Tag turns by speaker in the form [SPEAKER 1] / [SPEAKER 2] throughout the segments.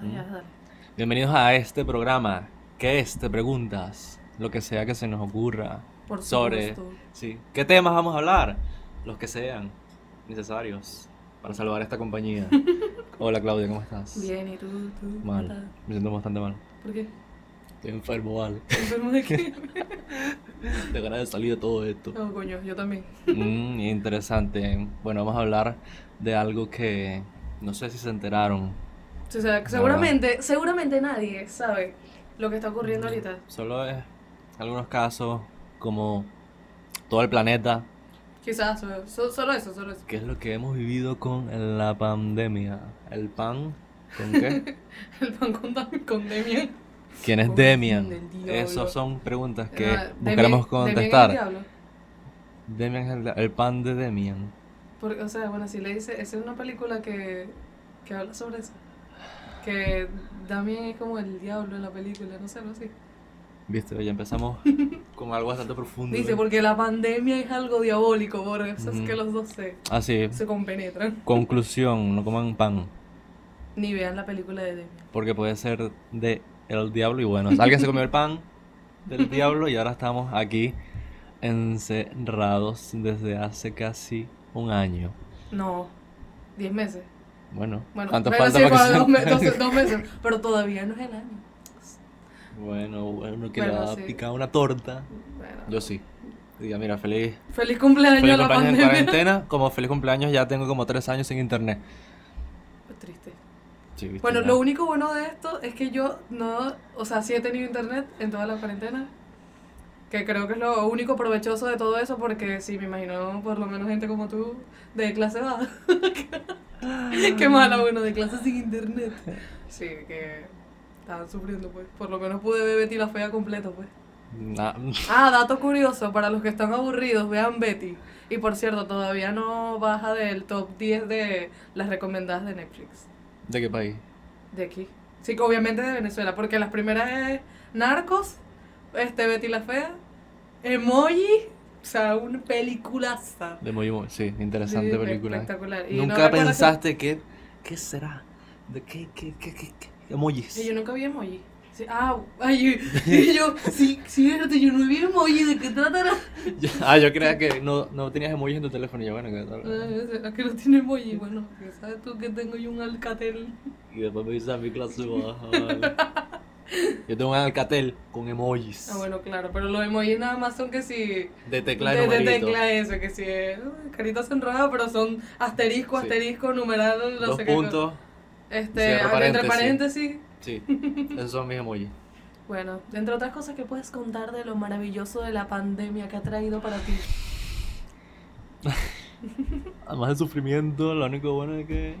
[SPEAKER 1] ¿Mm? Bienvenidos a este programa. ¿Qué es? Te preguntas. Lo que sea que se nos ocurra.
[SPEAKER 2] Por
[SPEAKER 1] sobre.
[SPEAKER 2] supuesto.
[SPEAKER 1] Sí. ¿Qué temas vamos a hablar? Los que sean necesarios para salvar esta compañía. Hola Claudia, ¿cómo estás?
[SPEAKER 2] Bien, ¿y tú? tú?
[SPEAKER 1] Mal.
[SPEAKER 2] ¿Qué tal?
[SPEAKER 1] Me siento bastante mal.
[SPEAKER 2] ¿Por qué?
[SPEAKER 1] Estoy enfermo, vale.
[SPEAKER 2] ¿Enfermo de qué?
[SPEAKER 1] De ganas de salir de todo esto.
[SPEAKER 2] No, coño, yo también.
[SPEAKER 1] Mm, interesante. Bueno, vamos a hablar de algo que no sé si se enteraron.
[SPEAKER 2] O sea, seguramente, seguramente nadie sabe lo que está ocurriendo ahorita.
[SPEAKER 1] Solo es algunos casos como todo el planeta.
[SPEAKER 2] Quizás, so- so- solo eso, solo eso.
[SPEAKER 1] ¿Qué es lo que hemos vivido con la pandemia? ¿El pan? ¿Con qué?
[SPEAKER 2] El pan con, Dam- con Demian.
[SPEAKER 1] ¿Quién es
[SPEAKER 2] Con
[SPEAKER 1] Demian?
[SPEAKER 2] el diablo.
[SPEAKER 1] Esas son preguntas que
[SPEAKER 2] Ah, Demian-
[SPEAKER 1] buscaremos
[SPEAKER 2] Demian es el
[SPEAKER 1] contestar.
[SPEAKER 2] diablo.
[SPEAKER 1] Demian es el, el pan de Demian.
[SPEAKER 2] Porque, o sea, bueno, si le dice, esa es una película que, que habla sobre eso. Que Damien es como el diablo en la película, no sé, no sé.
[SPEAKER 1] Viste, ya empezamos con algo bastante profundo. ¿eh?
[SPEAKER 2] Dice, porque la pandemia es algo diabólico, por eso es
[SPEAKER 1] Ujú.
[SPEAKER 2] que los dos se,
[SPEAKER 1] Así,
[SPEAKER 2] se compenetran.
[SPEAKER 1] Ah, conclusión, no coman pan.
[SPEAKER 2] Ni vean la película de Demian.
[SPEAKER 1] Porque puede ser de el diablo y bueno, alguien se comió el pan del diablo y ahora estamos aquí encerrados desde hace casi un año.
[SPEAKER 2] No, 10 meses.
[SPEAKER 1] Bueno,
[SPEAKER 2] Bueno,
[SPEAKER 1] ¿cuánto
[SPEAKER 2] pero
[SPEAKER 1] falta
[SPEAKER 2] sí,
[SPEAKER 1] para que
[SPEAKER 2] bueno, dos, me-
[SPEAKER 1] se-
[SPEAKER 2] dos- dos meses, pero todavía no es el año.
[SPEAKER 1] Bueno, bueno, que
[SPEAKER 2] Bueno,
[SPEAKER 1] le ha
[SPEAKER 2] sí.
[SPEAKER 1] picado una torta.
[SPEAKER 2] Bueno.
[SPEAKER 1] Yo sí. Diga, mira, feliz,
[SPEAKER 2] Feliz cumpleaños
[SPEAKER 1] feliz
[SPEAKER 2] a la
[SPEAKER 1] cumpleaños en
[SPEAKER 2] pandemia.
[SPEAKER 1] cuarentena. Como feliz cumpleaños ya tengo como tres años sin internet.
[SPEAKER 2] Triste.
[SPEAKER 1] Sí, viste,
[SPEAKER 2] Bueno,
[SPEAKER 1] ya.
[SPEAKER 2] lo único bueno de esto es que yo no, o sea, sí he tenido internet en toda la cuarentena, que creo que es lo único provechoso de todo eso, porque sí, me imagino por lo menos gente como tú de clase baja. Qué mala, bueno, de clase sin internet. Sí, que estaban sufriendo, pues. Por lo menos pude ver Betty la fea completa, pues.
[SPEAKER 1] Na-
[SPEAKER 2] Ah, dato curioso, para los que están aburridos, vean Betty. Y por cierto, todavía no baja del top 10 de las recomendadas de Netflix.
[SPEAKER 1] ¿De qué país?
[SPEAKER 2] De aquí. Sí, que obviamente de Venezuela, porque las primeras es Narcos, este Betty la Fea, Emoji, o sea, una peliculaza.
[SPEAKER 1] De Moyumo. Sí, interesante
[SPEAKER 2] Sí,
[SPEAKER 1] película. ¿eh?
[SPEAKER 2] Espectacular. Y no
[SPEAKER 1] Nunca
[SPEAKER 2] recuerdo si-
[SPEAKER 1] pensaste que, ¿qué será? ¿De qué, qué, qué, qué, qué- qué emojis?
[SPEAKER 2] Sí, yo nunca vi Emoji. Sí, ah, ay, y- y yo, sí, sí, fíjate, yo no vi Emoji, ¿de qué tratará?
[SPEAKER 1] Yo- ah, yo creía que no, no tenías emojis en tu teléfono. Y yo, bueno, que tal.
[SPEAKER 2] Ah, ¿Será que no tiene Emoji? Bueno, ¿sabes tú que tengo yo un Alcatel?
[SPEAKER 1] Y después me dices a mi clase baja. vale. Yo tengo un Alcatel con emojis.
[SPEAKER 2] Ah, bueno, claro, pero los emojis nada más son que si...
[SPEAKER 1] De tecla
[SPEAKER 2] de,
[SPEAKER 1] de,
[SPEAKER 2] de
[SPEAKER 1] numerito.
[SPEAKER 2] tecla eso, que si es uh, caritas enrojadas, pero son asterisco,
[SPEAKER 1] Sí.
[SPEAKER 2] asterisco, numeral, no
[SPEAKER 1] Dos
[SPEAKER 2] sé qué.
[SPEAKER 1] puntos.
[SPEAKER 2] Este,
[SPEAKER 1] cierra
[SPEAKER 2] abre entre
[SPEAKER 1] paréntesis.
[SPEAKER 2] paréntesis.
[SPEAKER 1] Sí, esos son mis emojis.
[SPEAKER 2] Bueno, entre otras cosas que puedes contar de lo maravilloso de la pandemia que ha traído para ti.
[SPEAKER 1] Además del sufrimiento, lo único bueno es que.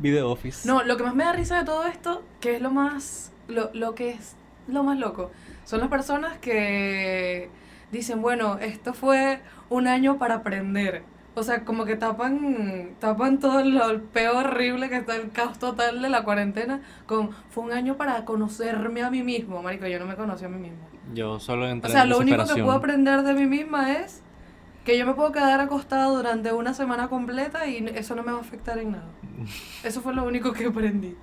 [SPEAKER 1] Video Office.
[SPEAKER 2] No, lo que más me da risa de todo esto, que es lo más, lo, lo que es lo más loco, son las personas que dicen, bueno, esto fue un año para aprender. O sea, como que tapan, tapan todo lo el peor horrible que está el caos total de la cuarentena con, fue un año para conocerme a mí mismo, marico, yo no me conocí a mí mismo.
[SPEAKER 1] Yo solo
[SPEAKER 2] O
[SPEAKER 1] entré
[SPEAKER 2] sea,
[SPEAKER 1] en
[SPEAKER 2] lo único que
[SPEAKER 1] desesperación.
[SPEAKER 2] puedo aprender de mí misma es que yo me puedo quedar acostada durante una semana completa y n- eso no me va a afectar en nada. Eso fue lo único que aprendí.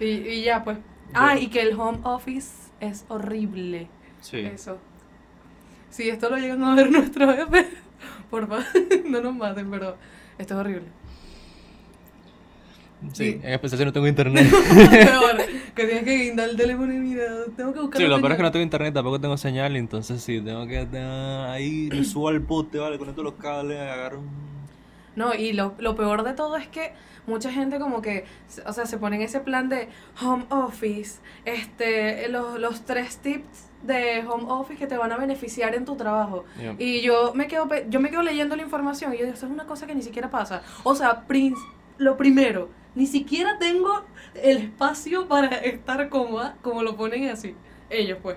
[SPEAKER 2] Y, y ya, pues. Ah,
[SPEAKER 1] Yo-
[SPEAKER 2] y que el home office es horrible.
[SPEAKER 1] Sí.
[SPEAKER 2] Eso. Si esto lo llegan a ver nuestros jefes, por favor, no nos maten, pero esto es horrible.
[SPEAKER 1] Sí,
[SPEAKER 2] Sí.
[SPEAKER 1] en especial si no tengo internet.
[SPEAKER 2] Peor, que tienes que guindar el teléfono y mira, tengo que buscar
[SPEAKER 1] Sí,
[SPEAKER 2] la
[SPEAKER 1] lo peor es que
[SPEAKER 2] señal.
[SPEAKER 1] no tengo internet, tampoco tengo señal, entonces sí, tengo que estar ahí, me subo al poste, vale, conecto los cables, agarro un...
[SPEAKER 2] No, y lo, lo peor de todo es que mucha gente como que, se- o sea, se pone en ese plan de home office, este, los, los tres tips de home office que te van a beneficiar en tu trabajo.
[SPEAKER 1] Ya.
[SPEAKER 2] Y yo me quedo, pe- yo me quedo leyendo la información y yo digo, eso es una cosa que ni siquiera pasa. O sea, prin- lo primero, ni siquiera tengo el espacio para estar cómoda, como lo ponen así, ellos pues.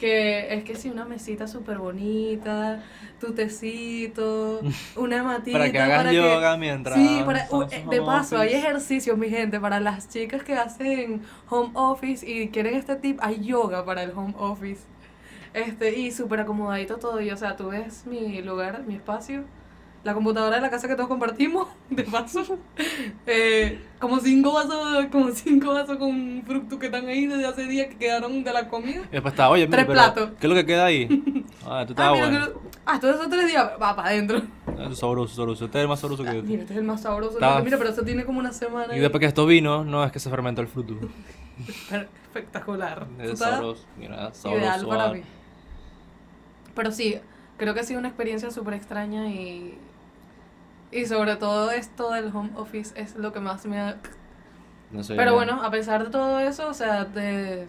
[SPEAKER 2] Que es que sí, una mesita súper bonita, tu tecito, una matita.
[SPEAKER 1] Para que hagas
[SPEAKER 2] para que-
[SPEAKER 1] yoga mientras...
[SPEAKER 2] Sí, para-
[SPEAKER 1] haces
[SPEAKER 2] u- eh, de
[SPEAKER 1] home
[SPEAKER 2] paso, hay
[SPEAKER 1] office.
[SPEAKER 2] ejercicios, mi gente, para las chicas que hacen home office y quieren este tip, hay yoga para el home office. Este, y súper acomodadito todo, y o sea, tú ves mi lugar, mi espacio, la computadora de la casa que todos compartimos, de paso, eh, como cinco vasos, como cinco vasos con fructus que están ahí desde hace días que quedaron de la comida.
[SPEAKER 1] Y después estaba, oye, mira,
[SPEAKER 2] Tres
[SPEAKER 1] pero,
[SPEAKER 2] platos.
[SPEAKER 1] ¿Qué es lo que queda ahí? Ah, tú estás
[SPEAKER 2] ah, mira,
[SPEAKER 1] bueno.
[SPEAKER 2] que lo- ah, todos esos tres días, va para adentro.
[SPEAKER 1] Ah, Sabroso, sabroso. Este es el más sabroso que
[SPEAKER 2] Ah,
[SPEAKER 1] yo.
[SPEAKER 2] mira, este es el más sabroso.
[SPEAKER 1] Está-
[SPEAKER 2] Mira, pero eso tiene como una semana.
[SPEAKER 1] Y
[SPEAKER 2] ahí.
[SPEAKER 1] después que esto vino, no es que se fermentó el fruto.
[SPEAKER 2] Per- Espectacular. Tú
[SPEAKER 1] Es
[SPEAKER 2] estás
[SPEAKER 1] sabroso. Mira, sabroso.
[SPEAKER 2] ideal para
[SPEAKER 1] ah.
[SPEAKER 2] mí. Ah. Pero sí, creo que ha sido una experiencia súper extraña y. Y sobre todo esto del home office es lo que más me ha
[SPEAKER 1] No sé.
[SPEAKER 2] Pero bueno, a pesar de todo eso, o sea, de-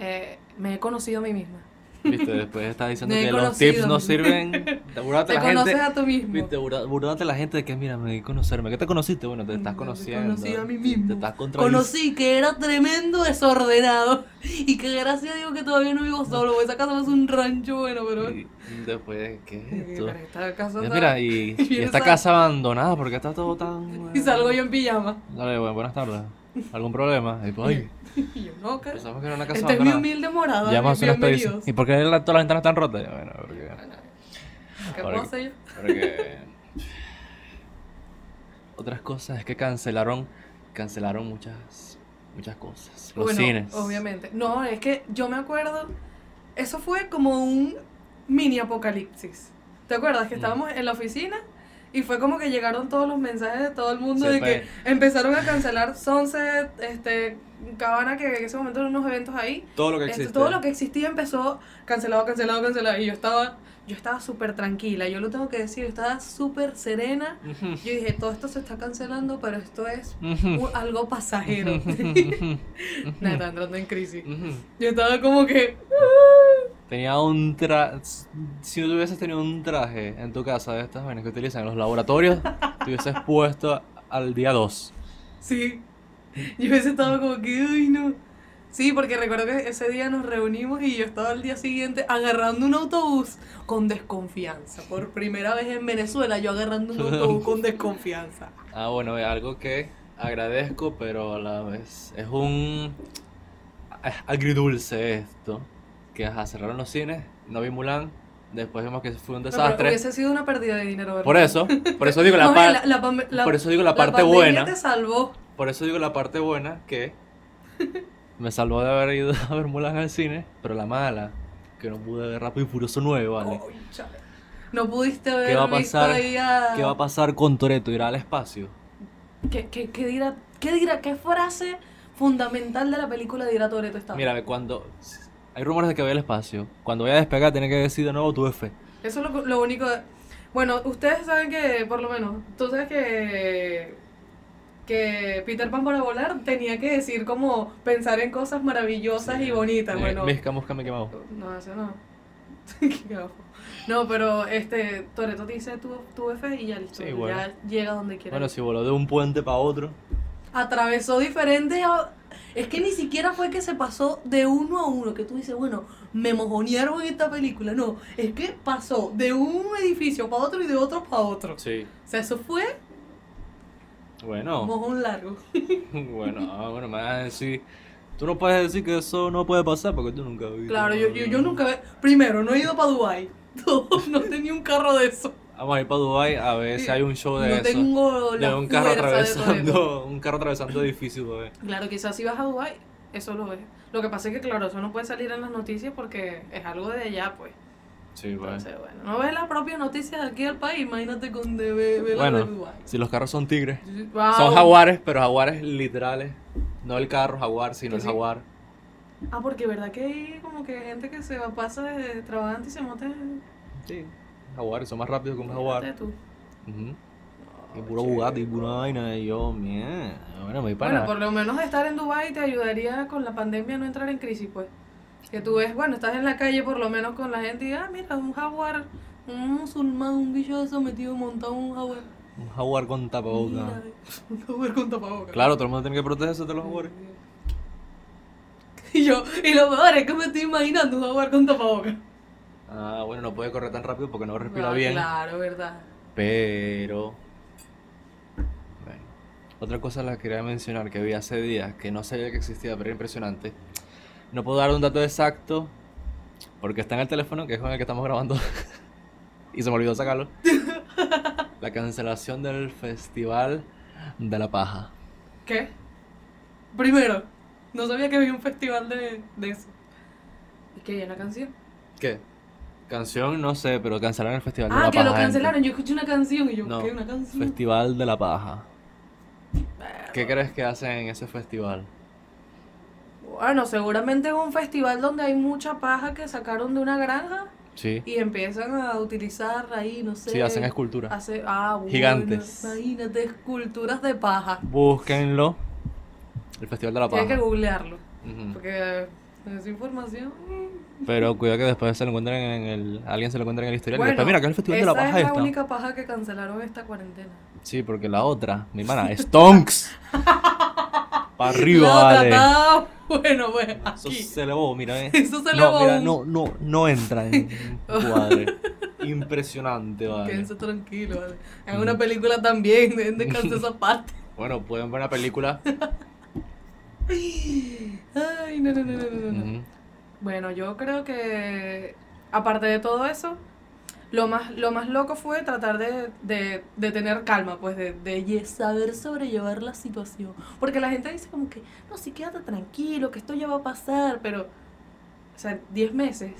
[SPEAKER 2] eh, me he conocido a mí misma.
[SPEAKER 1] Viste, después estás diciendo
[SPEAKER 2] Me he
[SPEAKER 1] que los
[SPEAKER 2] conocido.
[SPEAKER 1] tips no sirven. Te burlaste
[SPEAKER 2] Te
[SPEAKER 1] la
[SPEAKER 2] conoces
[SPEAKER 1] gente.
[SPEAKER 2] a tú mismo.
[SPEAKER 1] Viste, burla- burlate a la gente de que mira, me di a conocerme. ¿Qué te conociste? Bueno, te estás
[SPEAKER 2] Me
[SPEAKER 1] conociendo.
[SPEAKER 2] conocí a mí mismo.
[SPEAKER 1] Te estás contradiciendo.
[SPEAKER 2] Conocí que era tremendo desordenado y que gracias a Dios que todavía no vivo solo, porque esa casa no es un rancho bueno, pero...
[SPEAKER 1] Y y después, ¿qué es
[SPEAKER 2] Eh,
[SPEAKER 1] esto?
[SPEAKER 2] pero esta casa
[SPEAKER 1] Y
[SPEAKER 2] está-
[SPEAKER 1] Mira, y, y
[SPEAKER 2] viene
[SPEAKER 1] esta
[SPEAKER 2] esa-
[SPEAKER 1] casa abandonada, porque está todo tan.
[SPEAKER 2] Y salgo yo en pijama.
[SPEAKER 1] Dale, bueno, buenas tardes. ¿Algún problema? Y pues, ay,
[SPEAKER 2] Y yo, no, cara.
[SPEAKER 1] pensamos que era una casa
[SPEAKER 2] Esta este es mi
[SPEAKER 1] abandonada.
[SPEAKER 2] humilde morada.
[SPEAKER 1] Llama a
[SPEAKER 2] bien-
[SPEAKER 1] una expedición.
[SPEAKER 2] bienvenidos.
[SPEAKER 1] ¿Y por qué la- todas las ventanas están rotas? Yo, Bueno, porque.
[SPEAKER 2] ¿Qué
[SPEAKER 1] Ahora
[SPEAKER 2] puedo hacer yo?
[SPEAKER 1] porque... Otras cosas es que cancelaron. Cancelaron muchas. Muchas cosas. Los
[SPEAKER 2] bueno,
[SPEAKER 1] cines.
[SPEAKER 2] obviamente. No, es que yo me acuerdo, eso fue como un mini apocalipsis. ¿Te acuerdas que
[SPEAKER 1] Mm.
[SPEAKER 2] estábamos en la oficina y fue como que llegaron todos los mensajes de todo el mundo
[SPEAKER 1] Sí,
[SPEAKER 2] de
[SPEAKER 1] fue.
[SPEAKER 2] que empezaron a cancelar Sunset, este, Cabana, que en ese momento eran unos eventos ahí.
[SPEAKER 1] Todo lo que
[SPEAKER 2] Este,
[SPEAKER 1] existe.
[SPEAKER 2] todo lo que existía empezó cancelado, cancelado, cancelado. Y yo estaba, yo estaba súper tranquila, yo lo tengo que decir, yo estaba súper serena.
[SPEAKER 1] Ujú,
[SPEAKER 2] Yo dije, todo esto se está cancelando, pero esto es
[SPEAKER 1] ujú,
[SPEAKER 2] u- algo pasajero.
[SPEAKER 1] ujú, ujú,
[SPEAKER 2] Nada, está entrando en crisis.
[SPEAKER 1] ujú.
[SPEAKER 2] Yo estaba como que.
[SPEAKER 1] Tenía un traje. Si no hubieses tenido un traje en tu casa de estas vainas que utilizan en los laboratorios, te hubieses puesto al día 2.
[SPEAKER 2] Sí. Yo hubiese estado como que, uy, no. Sí, porque recuerdo que ese día nos reunimos y yo estaba al día siguiente agarrando un autobús con desconfianza. Por primera vez en Venezuela, yo agarrando un autobús con desconfianza.
[SPEAKER 1] Ah, bueno, es algo que agradezco, pero a la vez es un es agridulce esto, que ajá, cerraron los cines, no vi Mulan, después vimos que fue un
[SPEAKER 2] No, pero
[SPEAKER 1] desastre.
[SPEAKER 2] hubiese sido una pérdida de dinero, ¿verdad?
[SPEAKER 1] Por eso, por eso digo la
[SPEAKER 2] Más bien,
[SPEAKER 1] par-
[SPEAKER 2] la pam- la-
[SPEAKER 1] por eso digo la parte
[SPEAKER 2] pandemia
[SPEAKER 1] buena.
[SPEAKER 2] te salvó.
[SPEAKER 1] por eso digo la parte buena que me salvó de haber ido a ver Mulan al cine, pero la mala, que no pude ver Rápido y Furioso 9, ¿vale?
[SPEAKER 2] Ay, chale. no pudiste ver
[SPEAKER 1] va a pasar? ¿Qué va a
[SPEAKER 2] pasar?
[SPEAKER 1] pasar con Toreto? ¿Irá al espacio?
[SPEAKER 2] ¿Qué, qué, qué dirá, qué dirá, qué frase fundamental de la película dirá Toreto esta vez?
[SPEAKER 1] Mira, cuando hay rumores de que voy al espacio, cuando voy a despegar tiene que decir de nuevo tu F.
[SPEAKER 2] Eso es lo, lo único. de- Bueno, ustedes saben que, por lo menos, tú sabes que. que Peter Pan para volar tenía que decir como pensar en cosas maravillosas y bonitas.
[SPEAKER 1] Eh,
[SPEAKER 2] bueno,
[SPEAKER 1] Misca, mosca, me quemado.
[SPEAKER 2] no, eso no. Qué gafo. no, pero este. Toreto dice tu, tu F y ya listo.
[SPEAKER 1] Sí, bueno.
[SPEAKER 2] Ya llega donde quiera.
[SPEAKER 1] Bueno, si voló de un puente para otro.
[SPEAKER 2] atravesó diferentes. a- Es que ni siquiera fue que se pasó de uno a uno, que tú dices, bueno, me mojonearon en esta película. No, es que pasó de un edificio para otro y de otro para otro.
[SPEAKER 1] Sí.
[SPEAKER 2] O sea, eso fue
[SPEAKER 1] Bueno,
[SPEAKER 2] mojón largo.
[SPEAKER 1] bueno, ah, bueno, me vas a decir. Tú no puedes decir que eso no puede pasar porque tú nunca viste.
[SPEAKER 2] Claro, yo, yo, yo nunca. ve- Primero, no he ido para Dubai no tenía un carro de eso.
[SPEAKER 1] Vamos a ir para Dubai a ver si hay un show de
[SPEAKER 2] no
[SPEAKER 1] eso.
[SPEAKER 2] tengo la
[SPEAKER 1] de un carro
[SPEAKER 2] fuerza de todo eso.
[SPEAKER 1] atravesando, un carro atravesando edificios, bebé.
[SPEAKER 2] Claro, quizás si vas a Dubai eso lo ves. Lo que pasa es que, claro, eso no puede salir en las noticias porque es algo de allá, pues.
[SPEAKER 1] Sí, pues.
[SPEAKER 2] Entonces, bueno, no ves las propias noticias de aquí del país, imagínate con de ve- ve las de
[SPEAKER 1] Bueno,
[SPEAKER 2] Dubái.
[SPEAKER 1] si los carros son tigres.
[SPEAKER 2] Wow.
[SPEAKER 1] Son jaguares, pero jaguares literales. No el carro jaguar, sino
[SPEAKER 2] Que
[SPEAKER 1] el
[SPEAKER 2] sí.
[SPEAKER 1] jaguar.
[SPEAKER 2] Ah, porque verdad que hay como que gente que se va pasa de trabajante y se monta en
[SPEAKER 1] Sí. Jaguares son más rápidos que un
[SPEAKER 2] Fíjate
[SPEAKER 1] jaguar.
[SPEAKER 2] tú.
[SPEAKER 1] Ujú. Y
[SPEAKER 2] No,
[SPEAKER 1] puro
[SPEAKER 2] chico.
[SPEAKER 1] Bugatti, pura vaina. Y yo, mierda. Bueno, me voy para
[SPEAKER 2] Bueno, por lo menos estar en Dubai te ayudaría con la pandemia a no entrar en crisis, pues. Que tú ves, bueno, estás en la calle por lo menos con la gente y, ah, mira, un jaguar, un musulmán, un bicho de eso metido montado en un jaguar.
[SPEAKER 1] Un jaguar con
[SPEAKER 2] pues, Mira,
[SPEAKER 1] tapabocas.
[SPEAKER 2] un jaguar con tapabocas.
[SPEAKER 1] Claro, todo el mundo tiene que protegerse de los jaguares.
[SPEAKER 2] Y yo, y lo peor es que me estoy imaginando un jaguar con tapabocas.
[SPEAKER 1] Ah, bueno, no puede correr tan rápido porque no respira
[SPEAKER 2] Ah,
[SPEAKER 1] bien.
[SPEAKER 2] Claro, verdad.
[SPEAKER 1] Pero. Bueno. Otra cosa la que quería mencionar que vi hace días, que no sabía que existía, pero era impresionante. No puedo dar un dato exacto porque está en el teléfono, que es con el que estamos grabando. y se me olvidó sacarlo. La La cancelación del Festival de la Paja.
[SPEAKER 2] ¿Qué? Primero, no sabía que había un festival de, de eso. ¿Y que hay una canción?
[SPEAKER 1] ¿Qué? Canción, no sé, pero cancelaron el Festival de
[SPEAKER 2] Ah,
[SPEAKER 1] la
[SPEAKER 2] que
[SPEAKER 1] Paja.
[SPEAKER 2] lo
[SPEAKER 1] gente.
[SPEAKER 2] cancelaron. Yo escuché una canción y yo,
[SPEAKER 1] No,
[SPEAKER 2] ¿qué? ¿Una canción?
[SPEAKER 1] Festival de la Paja. ¿Qué crees que hacen en ese festival?
[SPEAKER 2] Bueno, seguramente es un festival donde hay mucha paja que sacaron de una granja
[SPEAKER 1] Sí.
[SPEAKER 2] y empiezan a utilizar ahí, no sé.
[SPEAKER 1] Sí, hacen escultura.
[SPEAKER 2] hace- ah, bueno,
[SPEAKER 1] Gigantes.
[SPEAKER 2] Imagínate, esculturas de paja.
[SPEAKER 1] Búsquenlo. El Festival de la
[SPEAKER 2] Tienes que
[SPEAKER 1] Paja.
[SPEAKER 2] googlearlo,
[SPEAKER 1] Ujú.
[SPEAKER 2] porque esa información... mm.
[SPEAKER 1] Pero cuidado que después se lo encuentren en el. Alguien se lo encuentra en el historial. y
[SPEAKER 2] Bueno,
[SPEAKER 1] después, mira, acá el Festival de la
[SPEAKER 2] esa
[SPEAKER 1] Paja
[SPEAKER 2] es la
[SPEAKER 1] está.
[SPEAKER 2] única paja que cancelaron esta cuarentena.
[SPEAKER 1] Sí, porque la otra, mi hermana, Stonks. Para arriba,
[SPEAKER 2] La
[SPEAKER 1] vale.
[SPEAKER 2] trataba- bueno, pues
[SPEAKER 1] Eso
[SPEAKER 2] aquí.
[SPEAKER 1] se elevó, mira, eh.
[SPEAKER 2] Eso se
[SPEAKER 1] no,
[SPEAKER 2] elevó
[SPEAKER 1] mira,
[SPEAKER 2] un-
[SPEAKER 1] no, no, no entra en cuadre. Impresionante, vale. Mm.
[SPEAKER 2] Quédense tranquilo, vale. En una película también, deben descansar esa parte.
[SPEAKER 1] Bueno, pueden ver la película.
[SPEAKER 2] Ay, no, no, no, no, no, no.
[SPEAKER 1] Ujú.
[SPEAKER 2] Bueno, yo creo que aparte de todo eso, lo más, lo más loco fue tratar de, de- de tener calma, pues de, de ye- saber sobrellevar la situación. Porque la gente dice como que, no, sí, quédate tranquilo, que esto ya va a pasar, pero, o sea, 10 meses.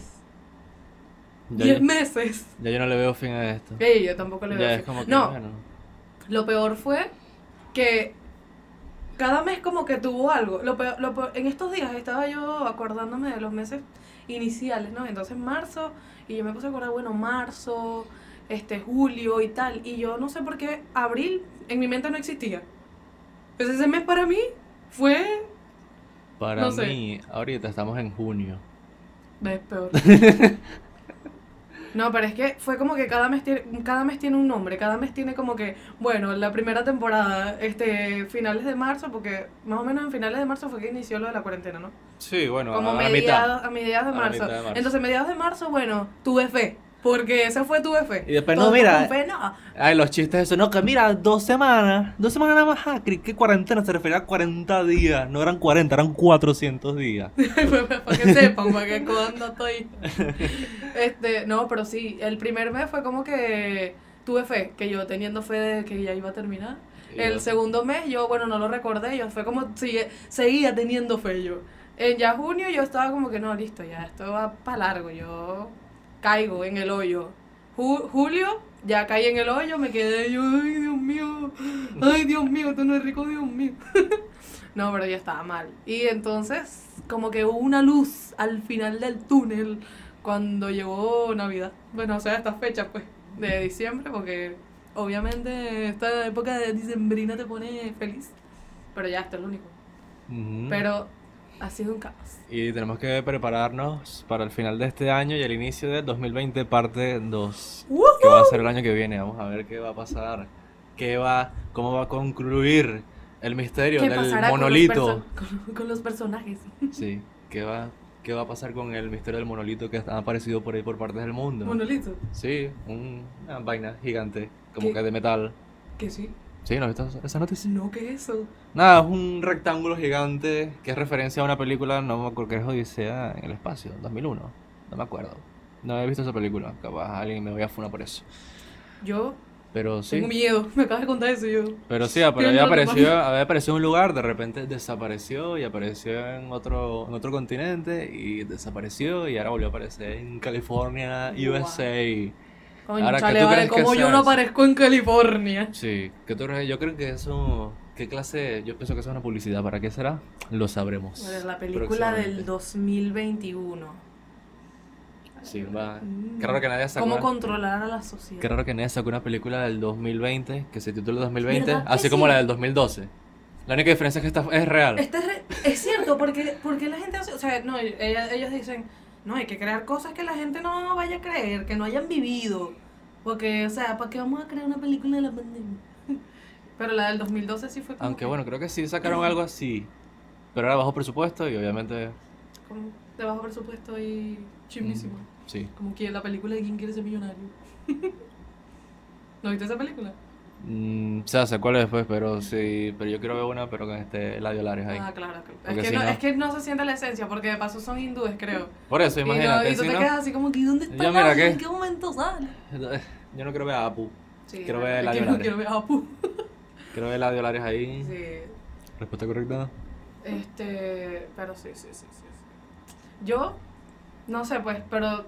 [SPEAKER 1] Ya,
[SPEAKER 2] 10
[SPEAKER 1] yo-
[SPEAKER 2] meses.
[SPEAKER 1] ya yo no le veo fin a esto.
[SPEAKER 2] Ey, yo tampoco le veo
[SPEAKER 1] Ya
[SPEAKER 2] así.
[SPEAKER 1] es como que,
[SPEAKER 2] No,
[SPEAKER 1] bueno.
[SPEAKER 2] lo peor fue que cada mes como que tuvo algo. Lo peor- lo peor- en estos días estaba yo acordándome de los meses iniciales, ¿no? Entonces marzo, y yo me puse a acordar, bueno, marzo, este, julio y tal. Y yo no sé por qué abril en mi mente no existía. Entonces ese mes para mí fue...
[SPEAKER 1] Para
[SPEAKER 2] no sé.
[SPEAKER 1] mí, ahorita estamos en junio.
[SPEAKER 2] Ve, peor. No, pero es que fue como que cada mes, tiene, cada mes tiene un nombre, cada mes tiene como que, bueno, la primera temporada, este, finales de marzo, porque más o menos en finales de marzo fue que inició lo de la cuarentena, ¿no?
[SPEAKER 1] Sí, bueno,
[SPEAKER 2] como
[SPEAKER 1] a la mitad.
[SPEAKER 2] mediados, a mediados de
[SPEAKER 1] A la
[SPEAKER 2] marzo.
[SPEAKER 1] mitad de marzo.
[SPEAKER 2] Entonces, mediados de marzo, bueno, tuve fe, porque esa fue tuve fe.
[SPEAKER 1] Y después,
[SPEAKER 2] Todo
[SPEAKER 1] no, mira.
[SPEAKER 2] con fe, no.
[SPEAKER 1] Ay, los chistes eso, no, que mira, dos semanas, dos semanas nada más, ah, creí que cuarentena se refería a 40 días, no eran 40, eran 400 días.
[SPEAKER 2] para que sepan, para que cuando estoy. Este, no, pero sí, el primer mes fue como que tuve fe, que yo teniendo fe de que ya iba a terminar. El segundo mes yo, bueno, no lo recordé, yo fue como sigue, seguía teniendo fe yo. En ya junio yo estaba como que no, listo, ya esto va para largo, yo caigo en el hoyo. Ju- julio ya caí en el hoyo, me quedé yo, ay Dios mío, ay Dios mío, esto no es rico, Dios mío. no, pero yo estaba mal. Y entonces como que hubo una luz al final del túnel cuando llegó Navidad. Bueno, o sea, estas fechas pues de diciembre porque obviamente esta época de dicembrina te pone feliz. Pero ya, esto es lo único.
[SPEAKER 1] Ujú.
[SPEAKER 2] Pero ha sido un caos.
[SPEAKER 1] Y tenemos que prepararnos para el final de este año y el inicio del 2020 parte 2, que va a ser el año que viene. Vamos a ver qué va a pasar, qué va, cómo va a concluir el misterio
[SPEAKER 2] ¿Qué
[SPEAKER 1] del
[SPEAKER 2] pasará con los
[SPEAKER 1] monolito.
[SPEAKER 2] perso- Con con los, personajes.
[SPEAKER 1] Sí, qué va, qué va a pasar con el misterio del monolito que ha aparecido por ahí por partes del mundo.
[SPEAKER 2] Monolito.
[SPEAKER 1] Sí, un- una vaina gigante, como
[SPEAKER 2] ¿Qué?
[SPEAKER 1] que de metal.
[SPEAKER 2] Que sí.
[SPEAKER 1] Sí, ¿no has visto esa- esa noticia?
[SPEAKER 2] No, que eso.
[SPEAKER 1] Nada, es un rectángulo gigante que es referencia a una película, no me acuerdo que es Odisea en el espacio, 2001. No me acuerdo. No he visto esa película, capaz alguien me voy a funar por eso.
[SPEAKER 2] Yo
[SPEAKER 1] Pero sí,
[SPEAKER 2] tengo miedo. Me acabas de contar eso y yo.
[SPEAKER 1] pero sí, ah, pero
[SPEAKER 2] Tiene
[SPEAKER 1] había
[SPEAKER 2] otro
[SPEAKER 1] aparecido, había aparecido en un lugar, de repente desapareció y apareció en otro, en otro continente y desapareció y ahora volvió a aparecer en California,
[SPEAKER 2] Guau.
[SPEAKER 1] USA.
[SPEAKER 2] Coño,
[SPEAKER 1] Ahora, ¿qué
[SPEAKER 2] chale,
[SPEAKER 1] tú
[SPEAKER 2] vale,
[SPEAKER 1] crees que
[SPEAKER 2] como yo
[SPEAKER 1] seas?
[SPEAKER 2] no aparezco en California.
[SPEAKER 1] Sí, ¿qué tú crees? Yo creo que eso, ¿qué clase? Yo pienso que eso es una publicidad, ¿para qué será? Lo sabremos.
[SPEAKER 2] Bueno, la película del
[SPEAKER 1] próximamente.
[SPEAKER 2] 2021.
[SPEAKER 1] Sí, va.
[SPEAKER 2] Mm.
[SPEAKER 1] Qué raro que nadie sacó
[SPEAKER 2] ¿Cómo
[SPEAKER 1] una-
[SPEAKER 2] controlar a la sociedad?
[SPEAKER 1] Qué raro que nadie sacó una película del 2020 que se titula 2020,
[SPEAKER 2] ¿Verdad que
[SPEAKER 1] así como
[SPEAKER 2] sí?
[SPEAKER 1] la del 2012. La única diferencia es que esta es real.
[SPEAKER 2] Este es, re- es cierto, porque, porque la gente hace, o sea, no, ella- ellos dicen, no, hay que crear cosas que la gente no vaya a creer, que no hayan vivido. Porque, o sea, ¿para qué vamos a crear una película de la pandemia? Pero la del 2012 sí fue como
[SPEAKER 1] Aunque
[SPEAKER 2] que-
[SPEAKER 1] bueno, creo que sí sacaron algo así. Pero era bajo presupuesto y obviamente.
[SPEAKER 2] como de bajo presupuesto y chimísimo.
[SPEAKER 1] mm, Sí.
[SPEAKER 2] Como que la película de quién quiere ser millonario. ¿No viste esa película?
[SPEAKER 1] Mm, o sea, sé cuál es, pues, pero sí. Pero yo quiero ver una, pero con este Ladio Lares ahí.
[SPEAKER 2] Ah, claro, claro. Es
[SPEAKER 1] Porque
[SPEAKER 2] que,
[SPEAKER 1] si
[SPEAKER 2] no,
[SPEAKER 1] no-
[SPEAKER 2] es que no se siente la esencia, porque de paso son hindúes, creo.
[SPEAKER 1] Por eso,
[SPEAKER 2] Y no-
[SPEAKER 1] imagínate.
[SPEAKER 2] y tú
[SPEAKER 1] si
[SPEAKER 2] te
[SPEAKER 1] no-
[SPEAKER 2] quedas así como que, ¿dónde
[SPEAKER 1] Yo,
[SPEAKER 2] está
[SPEAKER 1] mira,
[SPEAKER 2] Laura?
[SPEAKER 1] ¿qué?
[SPEAKER 2] ¿En qué momento sale?
[SPEAKER 1] Yo no quiero ver a Apu.
[SPEAKER 2] Sí,
[SPEAKER 1] Quiero
[SPEAKER 2] de
[SPEAKER 1] ver
[SPEAKER 2] verdad,
[SPEAKER 1] la
[SPEAKER 2] quiero,
[SPEAKER 1] Yolanda.
[SPEAKER 2] quiero ver a Apu.
[SPEAKER 1] Creo que la Arias ahí.
[SPEAKER 2] Sí.
[SPEAKER 1] Respuesta correcta.
[SPEAKER 2] Este, pero sí, sí, sí, sí, sí. Yo, no sé, pues, pero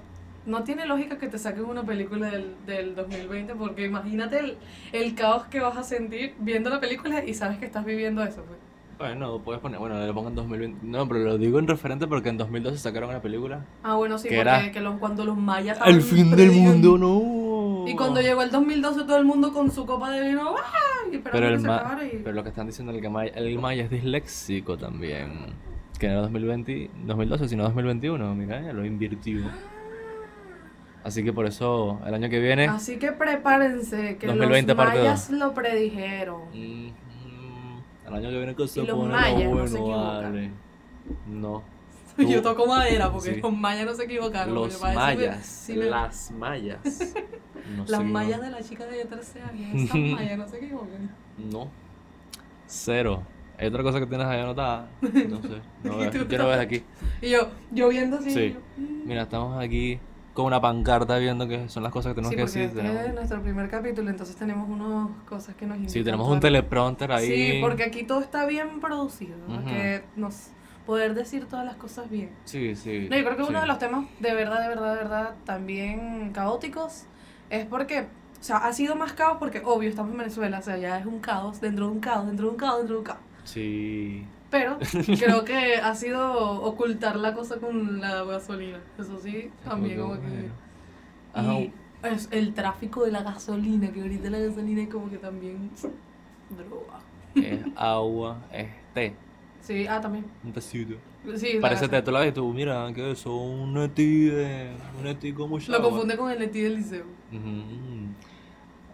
[SPEAKER 2] no tiene lógica que te saquen una película del, del 2020 porque imagínate el, el caos que vas a sentir viendo la película y sabes que estás viviendo eso, pues.
[SPEAKER 1] Bueno, puedes poner. Bueno, lo pongo en 2020. No, pero lo digo en referente porque en 2012 sacaron una película.
[SPEAKER 2] Ah, bueno, sí,
[SPEAKER 1] ¿Qué
[SPEAKER 2] porque
[SPEAKER 1] era?
[SPEAKER 2] que lo- cuando los mayas...
[SPEAKER 1] El
[SPEAKER 2] estaban
[SPEAKER 1] fin del
[SPEAKER 2] predicando-
[SPEAKER 1] mundo, no.
[SPEAKER 2] Ah, Y cuando llegó el 2012 todo el mundo con su copa de vino, ¡ah! Y
[SPEAKER 1] Pero,
[SPEAKER 2] esperando
[SPEAKER 1] el
[SPEAKER 2] que se
[SPEAKER 1] ma-
[SPEAKER 2] acabara y...
[SPEAKER 1] pero lo que están diciendo el que Maya, el Maya es disléxico también. Que no era 2020, 2012, sino 2021. Mira, ya lo invirtió.
[SPEAKER 2] Ah.
[SPEAKER 1] Así que por eso el año que viene.
[SPEAKER 2] Así que prepárense, que
[SPEAKER 1] 2020
[SPEAKER 2] los
[SPEAKER 1] parte ¿eh? dos.
[SPEAKER 2] mayas lo predijeron.
[SPEAKER 1] Mm, mm, el año que viene que se
[SPEAKER 2] Y los
[SPEAKER 1] pone lo
[SPEAKER 2] mayas no
[SPEAKER 1] bueno,
[SPEAKER 2] se equivocan.
[SPEAKER 1] vale. No.
[SPEAKER 2] Yo toco madera porque
[SPEAKER 1] Sí.
[SPEAKER 2] los mayas no se equivocaron. porque
[SPEAKER 1] Los
[SPEAKER 2] para eso me-
[SPEAKER 1] mayas.
[SPEAKER 2] sí me-
[SPEAKER 1] Las mayas. No
[SPEAKER 2] Las
[SPEAKER 1] sé, no.
[SPEAKER 2] mallas de la chica de 13 años, esas mallas, no se equivoquen.
[SPEAKER 1] No. Cero. Hay otra cosa que tienes ahí anotada. No sé. No
[SPEAKER 2] Y
[SPEAKER 1] veo.
[SPEAKER 2] tú
[SPEAKER 1] Yo no veo de aquí.
[SPEAKER 2] Y yo, yo viendo así.
[SPEAKER 1] Sí.
[SPEAKER 2] yo, mm.
[SPEAKER 1] Mira, estamos aquí con una pancarta viendo que son las cosas que tenemos
[SPEAKER 2] sí,
[SPEAKER 1] que
[SPEAKER 2] porque
[SPEAKER 1] decir.
[SPEAKER 2] este es
[SPEAKER 1] tenemos-
[SPEAKER 2] nuestro primer capítulo, entonces tenemos unas cosas que nos
[SPEAKER 1] Sí,
[SPEAKER 2] indican,
[SPEAKER 1] tenemos un
[SPEAKER 2] claro.
[SPEAKER 1] teleprompter ahí.
[SPEAKER 2] Sí, porque aquí todo está bien producido,
[SPEAKER 1] Ujú.
[SPEAKER 2] que nos poder decir todas las cosas bien.
[SPEAKER 1] Sí, sí.
[SPEAKER 2] No, yo creo que uno
[SPEAKER 1] sí.
[SPEAKER 2] de los temas de verdad, de verdad, de verdad, también caóticos, es porque, o sea, ha sido más caos porque, obvio, estamos en Venezuela, o sea, ya es un caos, dentro de un caos, dentro de un caos, dentro de un caos.
[SPEAKER 1] Sí.
[SPEAKER 2] Pero creo que ha sido ocultar la cosa con la gasolina. Eso sí, también como que...
[SPEAKER 1] Bueno. Ajá.
[SPEAKER 2] Y es el tráfico de la gasolina, que ahorita la gasolina es como que también droga.
[SPEAKER 1] Es agua, es té.
[SPEAKER 2] Sí, ah, también.
[SPEAKER 1] Un tecito.
[SPEAKER 2] Sí, la
[SPEAKER 1] Parece
[SPEAKER 2] gasolina.
[SPEAKER 1] té, tú la ves y tú, mira, ¿qué es eso? Un etí de. Un etí como yo.
[SPEAKER 2] Lo confunde con el Eti del liceo.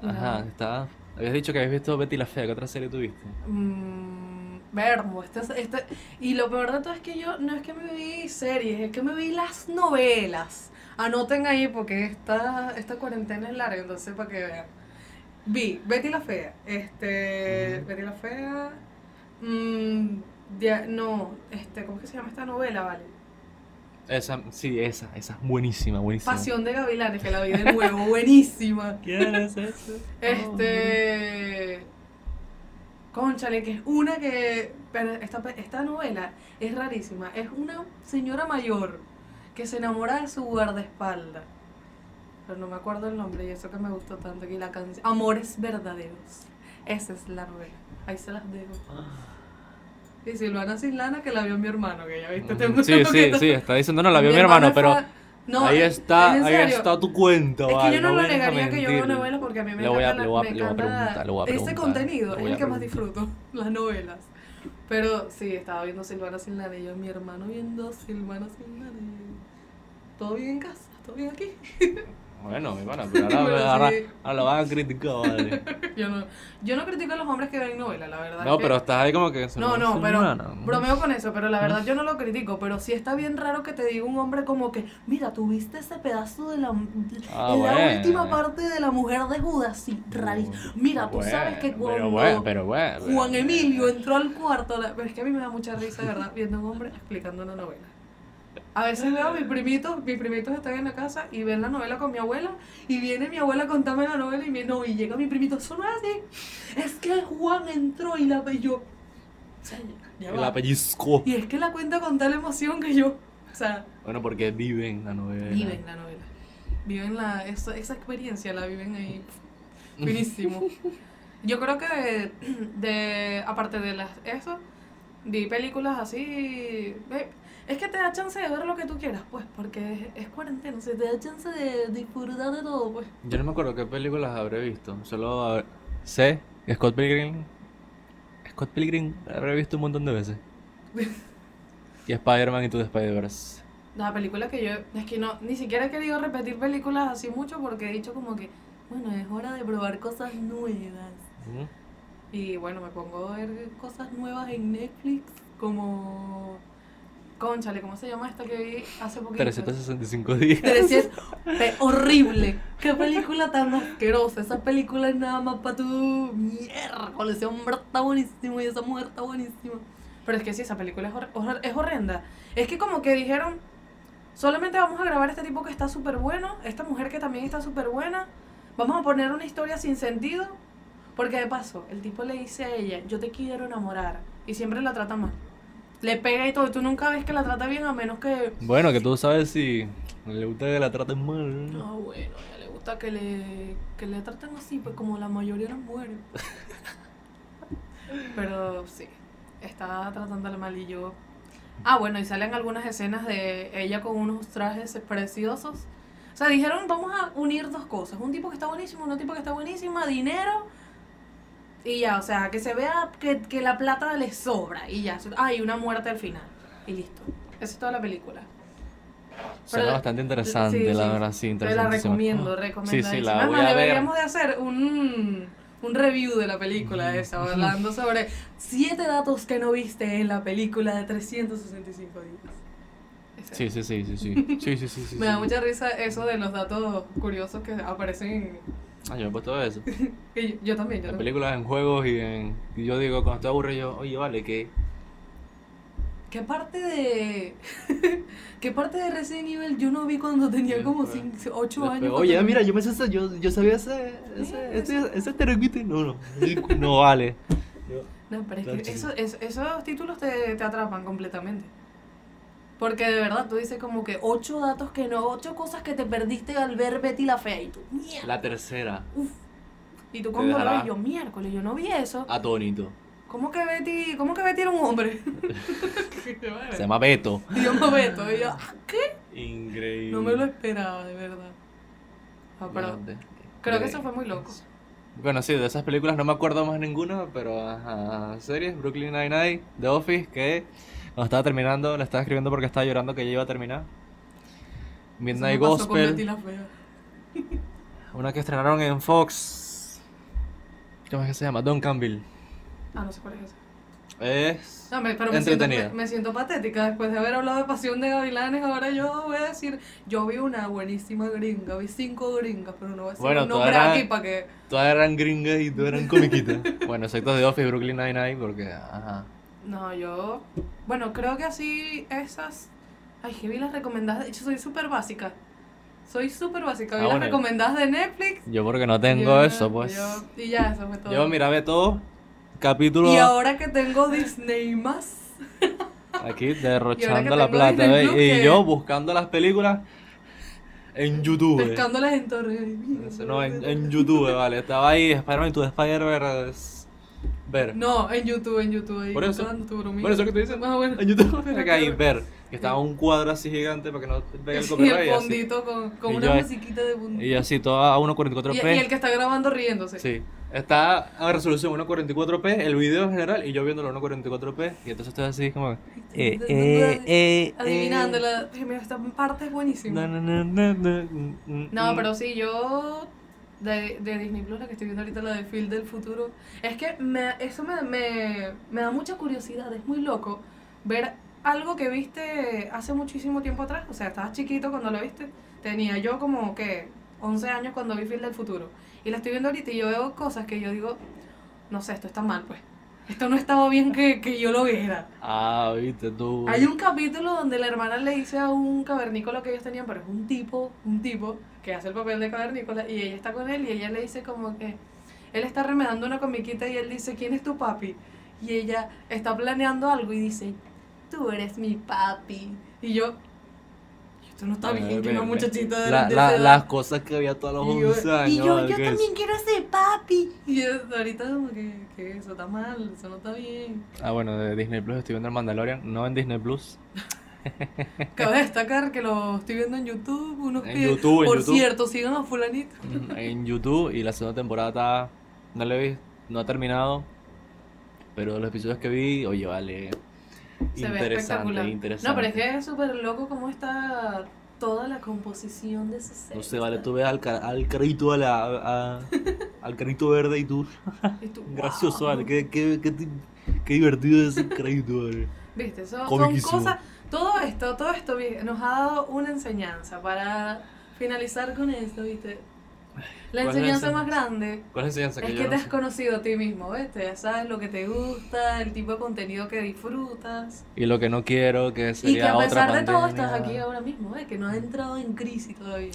[SPEAKER 1] Ajá,
[SPEAKER 2] Ajá.
[SPEAKER 1] está. Habías dicho que habías visto Betty la Fea, ¿qué otra serie tuviste?
[SPEAKER 2] Mm, vermo, este, es- este, y lo peor de todo es que yo no es que me vi series, es que me vi las novelas. Anoten ahí porque esta, esta cuarentena es larga, entonces para que vean. Vi Betty la Fea, este,
[SPEAKER 1] Ujú.
[SPEAKER 2] Betty la Fea, mm, dia- no, este, ¿cómo es que se llama esta novela, vale?
[SPEAKER 1] Esa, sí, esa, esa es buenísima, buenísima.
[SPEAKER 2] Pasión de Gavilanes, que la vi de nuevo, buenísima.
[SPEAKER 1] ¿Quieres eso?
[SPEAKER 2] Oh, Este. Conchale, que es una que. Pero esta, pe- esta novela es rarísima. Es una señora mayor que se enamora de su guardaespalda. Pero no me acuerdo el nombre y eso que me gustó tanto aquí la canción. Amores verdaderos. Esa es la novela. Ahí se las dejo.
[SPEAKER 1] Ah.
[SPEAKER 2] Y Silvana Silana que la vio mi hermano, que ya viste,
[SPEAKER 1] Ujú.
[SPEAKER 2] tengo
[SPEAKER 1] Mm, Sí, sí, sí, está diciendo, no, la vio mi hermano, pero ahí está, ahí está tu cuento.
[SPEAKER 2] Es que
[SPEAKER 1] vale,
[SPEAKER 2] yo no,
[SPEAKER 1] me
[SPEAKER 2] lo
[SPEAKER 1] vengas a
[SPEAKER 2] negaría que yo veo
[SPEAKER 1] mentir.
[SPEAKER 2] novelas porque a mí me
[SPEAKER 1] Le voy a-
[SPEAKER 2] encanta,
[SPEAKER 1] le voy
[SPEAKER 2] me
[SPEAKER 1] a- le voy a
[SPEAKER 2] encanta
[SPEAKER 1] preguntar, le voy a
[SPEAKER 2] ese
[SPEAKER 1] preguntar,
[SPEAKER 2] contenido,
[SPEAKER 1] le
[SPEAKER 2] es
[SPEAKER 1] voy
[SPEAKER 2] el
[SPEAKER 1] a
[SPEAKER 2] que más
[SPEAKER 1] preguntar.
[SPEAKER 2] disfruto, las novelas. Pero sí, estaba viendo Silvana Silnana y yo, mi hermano viendo Silvana Silnana. y yo, ¿Todo bien en casa? ¿Todo bien aquí?
[SPEAKER 1] Bueno, mi hermano, pero
[SPEAKER 2] Pero
[SPEAKER 1] ahora, ahora,
[SPEAKER 2] sí.
[SPEAKER 1] ahora lo van a criticar, vale.
[SPEAKER 2] Yo no, yo no critico a los hombres que ven novelas, la verdad. es
[SPEAKER 1] No,
[SPEAKER 2] que-
[SPEAKER 1] pero estás ahí como que...
[SPEAKER 2] No, no, pero
[SPEAKER 1] Hermano.
[SPEAKER 2] bromeo con eso, pero la verdad yo no lo critico, pero sí está bien raro que te diga un hombre como que, mira, tuviste ese pedazo de la, de
[SPEAKER 1] Ah,
[SPEAKER 2] la
[SPEAKER 1] bueno.
[SPEAKER 2] última parte de la mujer de Judas, sí, rarísimo. Mira, tú
[SPEAKER 1] Bueno,
[SPEAKER 2] sabes que cuando
[SPEAKER 1] Pero bueno, pero Ah, bueno. pero-
[SPEAKER 2] Juan Emilio entró al cuarto, la- pero es que a mí me da mucha risa, de verdad, viendo a un hombre explicando una novela. A veces veo a mis primitos, mis primitos están en la casa y ven la novela con mi abuela y viene mi abuela a contarme la novela y me, no, y llega mi primito, eso no es así, es que Juan entró y la y yo, o sea, ya
[SPEAKER 1] El
[SPEAKER 2] va.
[SPEAKER 1] apellizco.
[SPEAKER 2] Y es que la cuenta con tal emoción que yo, o sea,
[SPEAKER 1] Bueno, porque viven la novela.
[SPEAKER 2] viven la novela, viven la, esa, esa experiencia la viven ahí, buenísimo. Yo creo que de, de- aparte de las eso, vi películas así, ve, es que te da chance de ver lo que tú quieras, pues, porque es, es cuarentena, se te da chance de disfrutar de todo, pues.
[SPEAKER 1] Yo no me acuerdo qué películas habré visto. Solo hab- sé que Scott Pilgrim. Scott Pilgrim la habré visto un montón de veces. Y Spider-Man y tú de Spider-Verse.
[SPEAKER 2] La película que yo, es que no, ni siquiera he querido repetir películas así mucho porque he dicho como que, bueno, es hora de probar cosas nuevas.
[SPEAKER 1] Ujú.
[SPEAKER 2] Y bueno, me pongo a ver cosas nuevas en Netflix, como. Conchale, ¿cómo se llama esta que vi hace poquito?
[SPEAKER 1] 365 días.
[SPEAKER 2] 300. Pe- horrible. Qué película tan asquerosa. Esa película es nada más para tu miércoles. Ese hombre está buenísimo y esa mujer está buenísima. Pero es que sí, esa película es, hor- hor- es horrenda. Es que como que dijeron, solamente vamos a grabar este tipo que está súper bueno, esta mujer que también está súper buena, Vamos a poner una historia sin sentido, porque de paso, el tipo le dice a ella, yo te quiero enamorar, y siempre la trata mal. Le pega y todo, y tú nunca ves que la trata bien a menos que...
[SPEAKER 1] Bueno, que tú sabes si le gusta que la traten mal.
[SPEAKER 2] No, bueno, a ella le gusta que le, que le traten así, pues como la mayoría de las mujeres. Pero sí, está tratándola mal y yo... Ah, bueno, y salen algunas escenas de ella con unos trajes preciosos. O sea, dijeron, vamos a unir dos cosas. Un tipo que está buenísimo, un tipo que está buenísima, dinero. Y ya, o sea, que se vea que, que la plata le sobra. Y ya, hay una muerte al final. Y listo. Esa es toda la película.
[SPEAKER 1] Suena
[SPEAKER 2] Pero-
[SPEAKER 1] bastante interesante,
[SPEAKER 2] sí,
[SPEAKER 1] la
[SPEAKER 2] sí.
[SPEAKER 1] verdad, sí,
[SPEAKER 2] Te la
[SPEAKER 1] interesante.
[SPEAKER 2] recomiendo,
[SPEAKER 1] Ah. Sí,
[SPEAKER 2] recomendadísima.
[SPEAKER 1] sí,
[SPEAKER 2] Es
[SPEAKER 1] la
[SPEAKER 2] más,
[SPEAKER 1] voy a ver.
[SPEAKER 2] deberíamos de hacer un, un review de la película esa, hablando sobre siete datos que no viste en la película de 365 días. Esa.
[SPEAKER 1] Sí, sí, sí, sí, sí. Sí, sí, sí, sí,
[SPEAKER 2] Me da
[SPEAKER 1] sí.
[SPEAKER 2] mucha risa eso de los datos curiosos que aparecen.
[SPEAKER 1] Ah, yo me he puesto eso.
[SPEAKER 2] que yo, yo también, yo
[SPEAKER 1] En
[SPEAKER 2] también.
[SPEAKER 1] películas, en juegos y en... y yo digo, cuando estoy aburrido, yo, oye, vale, que...
[SPEAKER 2] ¿Qué parte de. ¿Qué parte de Resident Evil yo no vi cuando tenía
[SPEAKER 1] Sí,
[SPEAKER 2] como
[SPEAKER 1] fue-
[SPEAKER 2] 8
[SPEAKER 1] Después,
[SPEAKER 2] años?
[SPEAKER 1] Oye, ah,
[SPEAKER 2] cuando-
[SPEAKER 1] mira, yo me sé ese- yo, yo sabía ese,
[SPEAKER 2] Eh,
[SPEAKER 1] ese, ese, ese estereotipo. No, no, no vale.
[SPEAKER 2] No, pero es que
[SPEAKER 1] Claro,
[SPEAKER 2] eso- es- esos títulos te, te atrapan completamente. Porque de verdad tú dices como que ocho datos que no, ocho cosas que te perdiste al ver Betty la Fea y tú, mierda.
[SPEAKER 1] La tercera,
[SPEAKER 2] Y tú como lo
[SPEAKER 1] dejará. Ah.
[SPEAKER 2] ves, yo miércoles, yo no vi eso.
[SPEAKER 1] atónito.
[SPEAKER 2] ¿Cómo que Betty, cómo que Betty era un hombre? Qué madre.
[SPEAKER 1] Se llama Beto.
[SPEAKER 2] Y yo me Beto, y yo, ah, ¿qué?
[SPEAKER 1] Increíble.
[SPEAKER 2] No me lo esperaba, de verdad. Ah, pero
[SPEAKER 1] Grande.
[SPEAKER 2] creo que
[SPEAKER 1] Increíble.
[SPEAKER 2] eso fue muy loco.
[SPEAKER 1] Bueno, sí, de esas películas no me acuerdo más ninguna, pero ajá, series, Brooklyn Nine-Nine, The Office, que cuando estaba terminando, la estaba escribiendo porque estaba llorando que ya iba a terminar.
[SPEAKER 2] Eso
[SPEAKER 1] Midnight
[SPEAKER 2] me pasó con Betty
[SPEAKER 1] Gospel,
[SPEAKER 2] la Fea.
[SPEAKER 1] una que estrenaron en Fox. ¿Cómo es que se llama? Don Campbell.
[SPEAKER 2] Ah, no sé cuál es esa.
[SPEAKER 1] Es...
[SPEAKER 2] No, me, pero me siento,
[SPEAKER 1] Entretenida.
[SPEAKER 2] me, me siento patética después de haber hablado de Pasión de Gavilanes. Ahora yo voy a decir, yo vi una buenísima gringa, vi cinco gringas, pero no voy a decir
[SPEAKER 1] Bueno,
[SPEAKER 2] un
[SPEAKER 1] tú
[SPEAKER 2] nombre
[SPEAKER 1] ahora-
[SPEAKER 2] aquí para que...
[SPEAKER 1] Todas eran gringas y todas eran comiquitas. bueno, excepto The Office, Brooklyn Nine-Nine, porque ajá.
[SPEAKER 2] No, yo... Bueno, creo que así esas... Ay, que vi las recomendadas. De hecho, soy súper básica. Soy súper básica. Vi
[SPEAKER 1] Ah,
[SPEAKER 2] las
[SPEAKER 1] bueno.
[SPEAKER 2] recomendadas de Netflix.
[SPEAKER 1] Yo porque no tengo
[SPEAKER 2] Yo-
[SPEAKER 1] eso, pues. Yo,
[SPEAKER 2] yo- y ya, eso fue todo.
[SPEAKER 1] mira, ve todo. Capítulo
[SPEAKER 2] y ahora que tengo Disney más...
[SPEAKER 1] aquí derrochando
[SPEAKER 2] tengo
[SPEAKER 1] la plata,
[SPEAKER 2] Disney
[SPEAKER 1] ¿ves?
[SPEAKER 2] Plus,
[SPEAKER 1] Y
[SPEAKER 2] que-
[SPEAKER 1] yo buscando las películas en YouTube.
[SPEAKER 2] Pescándolas en torre.
[SPEAKER 1] No, en, en YouTube, vale. Estaba ahí Spider-Man y tu Spider-Verse. Ver.
[SPEAKER 2] No, en YouTube, en YouTube. ahí
[SPEAKER 1] Por eso.
[SPEAKER 2] buscando tu bromita.
[SPEAKER 1] Por eso que te dicen.
[SPEAKER 2] Más o menos.
[SPEAKER 1] En YouTube.
[SPEAKER 2] Pero
[SPEAKER 1] Acá ahí,
[SPEAKER 2] claro.
[SPEAKER 1] ver. Que estaba un cuadro así gigante para que no te pegue el
[SPEAKER 2] Y
[SPEAKER 1] copyright.
[SPEAKER 2] el
[SPEAKER 1] y así.
[SPEAKER 2] fondito con, con
[SPEAKER 1] Y
[SPEAKER 2] una
[SPEAKER 1] yo-
[SPEAKER 2] musiquita de fondito.
[SPEAKER 1] Y así, toda a
[SPEAKER 2] Y-
[SPEAKER 1] 1.44p.
[SPEAKER 2] y el que está grabando riéndose.
[SPEAKER 1] Sí. Está a resolución 1.44p, el video en general, y yo viéndolo a 1.44p, y entonces estoy así como... eh, eh, eh, eh,
[SPEAKER 2] Adivinándola. Ay, Mira, esta parte es
[SPEAKER 1] Na,
[SPEAKER 2] buenísima.
[SPEAKER 1] na, na, na, na, mm, mm,
[SPEAKER 2] No,
[SPEAKER 1] mm.
[SPEAKER 2] pero sí, yo de, de Disney Plus, la que estoy viendo ahorita, la de Phil del futuro, es que me, eso me, me, me da mucha curiosidad, es muy loco ver algo que viste hace muchísimo tiempo atrás, o sea, estabas chiquito cuando lo viste, tenía yo como que 11 años cuando vi Phil del futuro, y la estoy viendo ahorita y yo veo cosas que yo digo, no sé, esto está mal, pues, esto no estaba bien que, que yo lo viera.
[SPEAKER 1] Ah, viste tú.
[SPEAKER 2] Hay un capítulo donde la hermana le dice a un cavernícola que ellos tenían, pero es un tipo, un tipo que hace el papel de cavernícola y ella está con él y ella le dice como que él está remedando una comiquita y él dice, ¿quién es tu papi? Y ella está planeando algo y dice, tú eres mi papi. Y yo, esto no está
[SPEAKER 1] Eh,
[SPEAKER 2] bien que
[SPEAKER 1] ve,
[SPEAKER 2] una
[SPEAKER 1] ve.
[SPEAKER 2] muchachita de,
[SPEAKER 1] La-
[SPEAKER 2] de
[SPEAKER 1] la-
[SPEAKER 2] esa edad".
[SPEAKER 1] Las cosas que había todos los
[SPEAKER 2] Y yo-
[SPEAKER 1] 11 años.
[SPEAKER 2] y yo,
[SPEAKER 1] ¿vale?
[SPEAKER 2] yo
[SPEAKER 1] ¿Qué es?
[SPEAKER 2] también quiero ser papi. Y yo, ahorita como que, que eso está mal, eso no está bien.
[SPEAKER 1] Ah, bueno, de Disney Plus estoy viendo el Mandalorian, no en Disney Plus.
[SPEAKER 2] Cabe destacar que lo estoy viendo en YouTube, unos
[SPEAKER 1] En
[SPEAKER 2] pibes-
[SPEAKER 1] YouTube, en
[SPEAKER 2] Por
[SPEAKER 1] YouTube.
[SPEAKER 2] cierto, sigan a fulanito.
[SPEAKER 1] Mm, en YouTube y la segunda temporada está- no la he vis- no ha terminado, pero los episodios que vi, oye,
[SPEAKER 2] Se
[SPEAKER 1] vale,
[SPEAKER 2] ve
[SPEAKER 1] interesante,
[SPEAKER 2] espectacular.
[SPEAKER 1] interesante.
[SPEAKER 2] No, pero es que es súper loco cómo está toda la composición de ese set.
[SPEAKER 1] No sé, vale, tú ves al, ca- al carrito a la, a- al carrito verde y tú,
[SPEAKER 2] Y tú,
[SPEAKER 1] gracioso,
[SPEAKER 2] wow.
[SPEAKER 1] vale, qué, qué, qué, ti- qué divertido es el carrito, vale.
[SPEAKER 2] Viste, eso son
[SPEAKER 1] Comiquísimo.
[SPEAKER 2] cosas. Todo esto, todo esto vi- nos ha dado una enseñanza para finalizar con esto, ¿viste? La
[SPEAKER 1] ¿Cuál es la
[SPEAKER 2] enseñanza más
[SPEAKER 1] enseñanza?
[SPEAKER 2] grande
[SPEAKER 1] ¿Cuál es la enseñanza que
[SPEAKER 2] es
[SPEAKER 1] yo
[SPEAKER 2] que
[SPEAKER 1] no
[SPEAKER 2] te has
[SPEAKER 1] sé?
[SPEAKER 2] conocido a ti mismo, ¿viste? Ya sabes lo que te gusta, el tipo de contenido que disfrutas.
[SPEAKER 1] Y lo que no quiero, que
[SPEAKER 2] Y
[SPEAKER 1] sería
[SPEAKER 2] que a
[SPEAKER 1] otra
[SPEAKER 2] pesar de todo estás
[SPEAKER 1] pandemia.
[SPEAKER 2] aquí ahora mismo, ¿eh? que no has entrado en crisis todavía.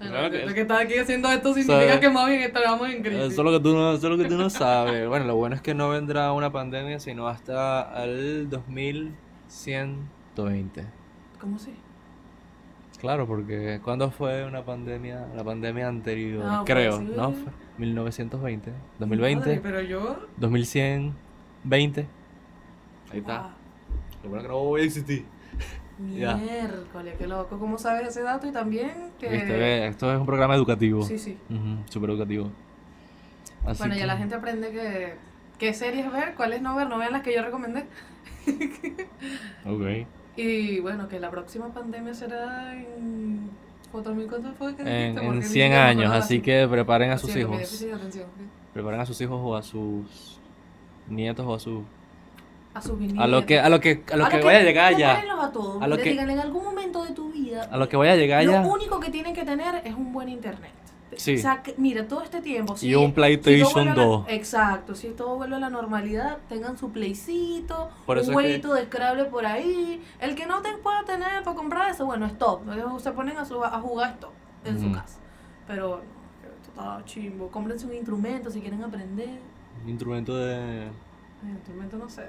[SPEAKER 2] Lo que, que estás aquí haciendo esto significa
[SPEAKER 1] ¿Sabes?
[SPEAKER 2] que más bien estábamos en
[SPEAKER 1] Eh,
[SPEAKER 2] crisis.
[SPEAKER 1] Solo que tú no, solo que tú no sabes. Bueno, lo bueno es que no vendrá una pandemia sino hasta el 2120.
[SPEAKER 2] ¿Cómo sí?
[SPEAKER 1] Claro, porque ¿cuándo fue una pandemia? La pandemia anterior,
[SPEAKER 2] Ah, fue
[SPEAKER 1] creo,
[SPEAKER 2] así.
[SPEAKER 1] ¿no? Fue 1920,
[SPEAKER 2] Madre,
[SPEAKER 1] 2020,
[SPEAKER 2] pero yo.
[SPEAKER 1] 2100, 20. Ahí está. Lo bueno es que no voy a existir. Ya.
[SPEAKER 2] Wow, miércoles, qué loco. ¿Cómo sabes ese dato? Y también que.
[SPEAKER 1] Viste, ve, esto es un programa educativo.
[SPEAKER 2] Sí, sí.
[SPEAKER 1] Ujú, súper educativo. Así
[SPEAKER 2] bueno, ya
[SPEAKER 1] que-
[SPEAKER 2] la gente aprende que. ¿Qué series ver? ¿Cuáles no ver? No vean las que yo recomendé.
[SPEAKER 1] Ok.
[SPEAKER 2] Y bueno, que la próxima pandemia será en. ¿4000 cuánto fue que
[SPEAKER 1] En,
[SPEAKER 2] dijiste?
[SPEAKER 1] en
[SPEAKER 2] Porque ni
[SPEAKER 1] 100
[SPEAKER 2] siquiera me
[SPEAKER 1] años,
[SPEAKER 2] acordaba.
[SPEAKER 1] así que preparen a
[SPEAKER 2] Lo
[SPEAKER 1] sus
[SPEAKER 2] siento, mi
[SPEAKER 1] hijos.
[SPEAKER 2] déficit de atención. ¿eh?
[SPEAKER 1] Preparen a sus hijos o a sus nietos o a sus...
[SPEAKER 2] A sus bisnietos.
[SPEAKER 1] A lo que, a lo que, a lo que vaya a llegar allá.
[SPEAKER 2] prepárenlos a todos.
[SPEAKER 1] A lo
[SPEAKER 2] Le
[SPEAKER 1] que-
[SPEAKER 2] digan, en algún momento de tu vida.
[SPEAKER 1] A lo que vaya a llegar allá.
[SPEAKER 2] Lo único que tienen que tener es un buen internet.
[SPEAKER 1] Sí.
[SPEAKER 2] O sea, que- mira, todo este tiempo.
[SPEAKER 1] Y
[SPEAKER 2] si-
[SPEAKER 1] un
[SPEAKER 2] si todo
[SPEAKER 1] PlayStation
[SPEAKER 2] vuelve a la-
[SPEAKER 1] 2.
[SPEAKER 2] exacto, si todo vuelve a la normalidad, tengan su playcito,
[SPEAKER 1] Por eso
[SPEAKER 2] un
[SPEAKER 1] es que-
[SPEAKER 2] huevito de Scrabble por ahí. El que no te pueda tener para comprar eso, bueno, stop. Ellos Se ponen a, su- a jugar stop en su
[SPEAKER 1] Ujú.
[SPEAKER 2] casa. Pero no, que esto está chimbo. Cómprense un instrumento si quieren aprender.
[SPEAKER 1] Un instrumento de...
[SPEAKER 2] Un instrumento, no sé.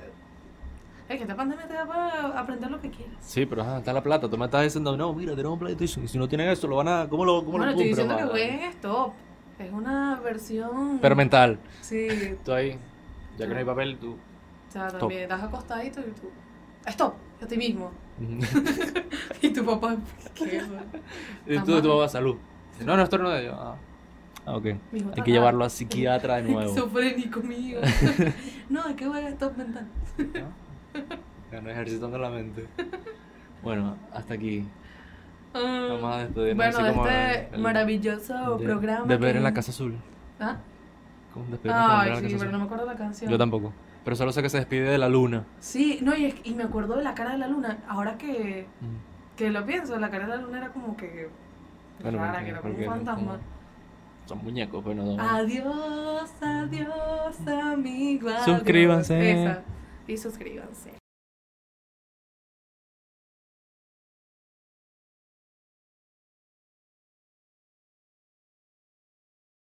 [SPEAKER 2] Es que esta pandemia te da para aprender lo que quieras.
[SPEAKER 1] Sí, pero ajá, está la plata. Tú me estás diciendo, no, mira, tenemos un PlayStation. Y si no tienen eso, lo van a... ¿Cómo lo, cómo
[SPEAKER 2] Bueno,
[SPEAKER 1] lo
[SPEAKER 2] estoy
[SPEAKER 1] compran?
[SPEAKER 2] diciendo que
[SPEAKER 1] mano?
[SPEAKER 2] jueguen stop. Es una versión.
[SPEAKER 1] Pero mental.
[SPEAKER 2] Sí,
[SPEAKER 1] Tú ahí, ya que
[SPEAKER 2] Tú.
[SPEAKER 1] no hay papel, tú...
[SPEAKER 2] O sea,
[SPEAKER 1] Stop.
[SPEAKER 2] también estás acostadito y tú. ¡Stop! A ti mismo. Y tu papá. ¿Qué es eso?
[SPEAKER 1] y tú, tú vas a salud. No, no, esto no es de yo. Ah, Ah, ok.
[SPEAKER 2] Mi hijo está
[SPEAKER 1] Hay que llevarlo
[SPEAKER 2] raro.
[SPEAKER 1] a psiquiatra de nuevo.
[SPEAKER 2] Esofrénico mío. no, es que voy a stop mental.
[SPEAKER 1] ¿no? Bueno, ejercitando la mente. Bueno, hasta aquí.
[SPEAKER 2] Ah,
[SPEAKER 1] Vamos a despedirnos
[SPEAKER 2] bueno,
[SPEAKER 1] así
[SPEAKER 2] de
[SPEAKER 1] como
[SPEAKER 2] este
[SPEAKER 1] el-
[SPEAKER 2] maravilloso
[SPEAKER 1] De-
[SPEAKER 2] programa.
[SPEAKER 1] De ver
[SPEAKER 2] que-
[SPEAKER 1] en la Casa Azul.
[SPEAKER 2] ¿Ah?
[SPEAKER 1] ¿Cómo despedirnos con ver en
[SPEAKER 2] Ay,
[SPEAKER 1] la
[SPEAKER 2] sí,
[SPEAKER 1] Casa
[SPEAKER 2] pero no
[SPEAKER 1] Azul?
[SPEAKER 2] me acuerdo la canción.
[SPEAKER 1] Yo tampoco. Pero solo sé que se despide de la luna.
[SPEAKER 2] Sí, no, y, es- y me acuerdo de la cara de la luna. Ahora que,
[SPEAKER 1] Mm.
[SPEAKER 2] que lo pienso, la cara de la luna era como que.
[SPEAKER 1] Bueno,
[SPEAKER 2] rara,
[SPEAKER 1] porque-
[SPEAKER 2] que era como un
[SPEAKER 1] porque no-
[SPEAKER 2] fantasma.
[SPEAKER 1] Son muñecos, pero no.
[SPEAKER 2] Ah, Adiós, adiós, amigo. adiós.
[SPEAKER 1] Suscríbanse.
[SPEAKER 2] Esa. Y suscríbanse.